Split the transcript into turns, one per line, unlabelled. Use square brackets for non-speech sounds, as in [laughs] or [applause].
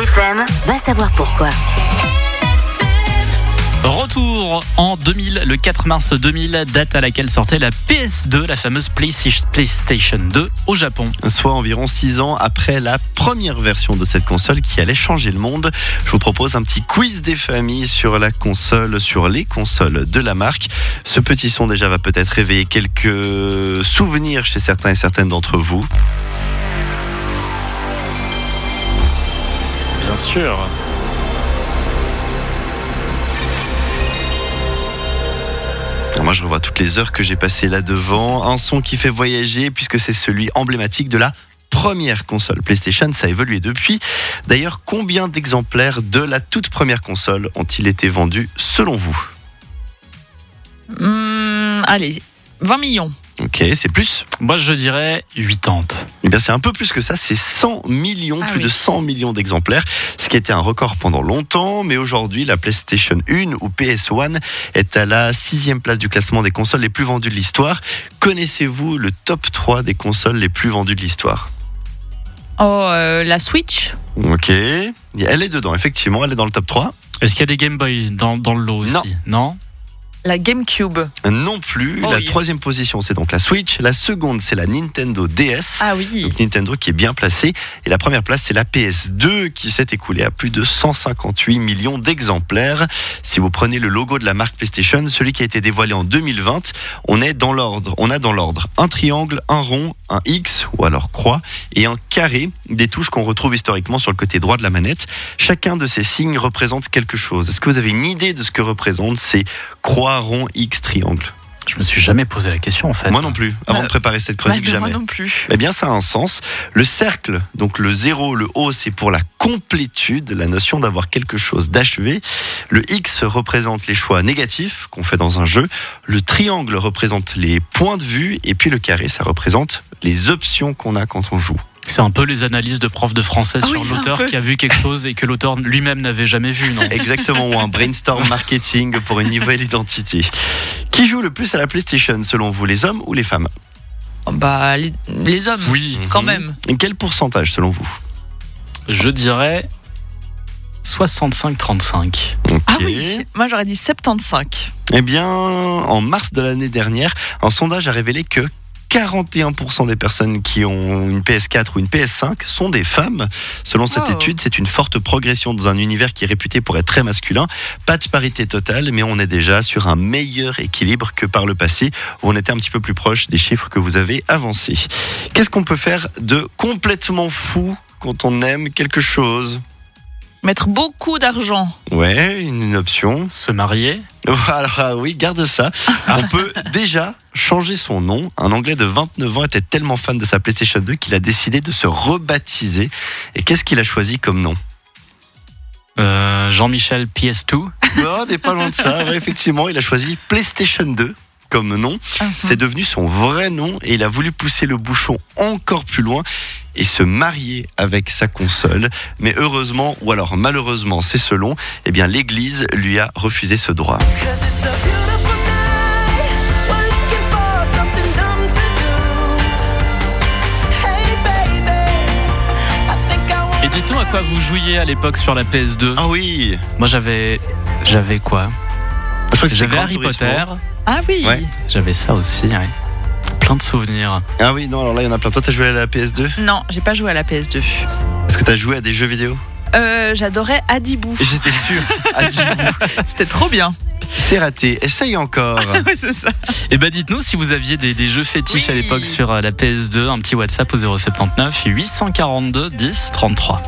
FM, va savoir pourquoi.
Retour en 2000, le 4 mars 2000, date à laquelle sortait la PS2, la fameuse PlayStation 2 au Japon.
soit environ 6 ans après la première version de cette console qui allait changer le monde. Je vous propose un petit quiz des familles sur la console, sur les consoles de la marque. Ce petit son déjà va peut-être réveiller quelques souvenirs chez certains et certaines d'entre vous.
Bien sûr.
Alors moi je revois toutes les heures que j'ai passées là devant. Un son qui fait voyager puisque c'est celui emblématique de la première console PlayStation. Ça a évolué depuis. D'ailleurs, combien d'exemplaires de la toute première console ont-ils été vendus selon vous
Hmm, allez, 20 millions.
Ok, c'est plus
Moi je dirais 80.
Eh bien, c'est un peu plus que ça, c'est 100 millions,
Ah
plus
oui.
de 100 millions d'exemplaires, ce qui était un record pendant longtemps, mais aujourd'hui, la PlayStation 1 ou PS1 est à la sixième place du classement des consoles les plus vendues de l'histoire. Connaissez-vous le top 3 des consoles les plus vendues de l'histoire
Oh, euh, la Switch
Ok, elle est dedans, effectivement, elle est dans le top 3.
Est-ce qu'il y a des Game Boy dans, dans le lot aussi
Non.
Non
La GameCube
Non plus,
Oh
la
oui.
troisième position, c'est donc la Switch, la seconde, c'est la Nintendo DS.
Ah oui.
Donc Nintendo qui est bien placé. Et la première place, c'est la PS2 qui s'est écoulée à plus de 158 millions d'exemplaires. Si vous prenez le logo de la marque PlayStation, celui qui a été dévoilé en 2020, on est dans l'ordre. On a dans l'ordre un triangle, un rond, un X ou alors croix et un carré, des touches qu'on retrouve historiquement sur le côté droit de la manette. Chacun de ces signes représente quelque chose. Est-ce que vous avez une idée de ce que représentent ces croix, rond, X, triangle
Je me suis jamais posé la question en fait.
Moi non plus. Avant de préparer cette chronique,
Bah,
jamais.
moi non plus.
Eh bien, ça a un sens. Le cercle, donc le zéro, le haut, c'est pour la complétude, la notion d'avoir quelque chose d'achevé. Le X représente les choix négatifs qu'on fait dans un jeu. Le triangle représente les points de vue. Et puis le carré, ça représente les options qu'on a quand on joue.
C'est un peu les analyses de profs de français
Ah
sur
oui, un
l'auteur
peu.
qui a vu quelque chose et que l'auteur lui-même n'avait jamais vu,
[laughs]
non
Exactement, ou un brainstorm marketing pour une nouvelle identité. Qui joue le plus à la PlayStation, selon vous, les hommes ou les femmes
Oh, Bah, les, les hommes,
Oui,
quand
Mhm.
même.
Et Quel pourcentage, selon vous
je dirais 65-35.
Ah
Ok.
oui, moi j'aurais dit 75.
Eh bien, en mars de l'année dernière, un sondage a révélé que 41% des personnes qui ont une PS4 ou une PS5 sont des femmes. Selon cette
Wow.
étude, c'est une forte progression dans un univers qui est réputé pour être très masculin. Pas de parité totale, mais on est déjà sur un meilleur équilibre que par le passé, où on était un petit peu plus proche des chiffres que vous avez avancés. Qu'est-ce qu'on peut faire de complètement fou quand on aime quelque chose
Mettre beaucoup d'argent.
Ouais, une option.
Se marier
Alors ah oui, garde ça. On peut déjà changer son nom. Un Anglais de 29 ans était tellement fan de sa PlayStation 2 qu'il a décidé de se rebaptiser. Et qu'est-ce qu'il a choisi comme nom
Euh, Jean-Michel PS2
Non, On n'est pas loin de ça. Ouais, effectivement, il a choisi PlayStation 2 comme nom. C'est devenu son vrai nom et il a voulu pousser le bouchon encore plus loin et se marier avec sa console. Mais heureusement, ou alors malheureusement, c'est selon, eh bien l'Église lui a refusé ce droit.
Cause it's a beautiful night. We're looking for something dumb to do. Hey, baby. I think I want
Et dites-nous à quoi vous jouiez à l'époque sur la PS2
Ah oui
Moi j'avais. J'avais quoi
Je crois que c'était
J'avais
Gran
Harry
Turismo.
Potter,
Ah oui.
Ouais.
j'avais ça aussi, ouais. Plein de souvenirs.
Ah oui, non, alors là, il y en a plein. Toi, t'as joué à la PS2
Non, j'ai pas joué à la PS2.
Est-ce que t'as joué à des jeux vidéo
Euh, J'adorais Adibou.
J'étais sûr. Ah, dis-
C'était trop bien.
C'est raté. Essaye encore.
Ouais, c'est ça.
Et bah dites-nous si vous aviez des, des jeux fétiches à
Oui.
l'époque sur euh, la PS2, un petit WhatsApp au 079 842 10 33.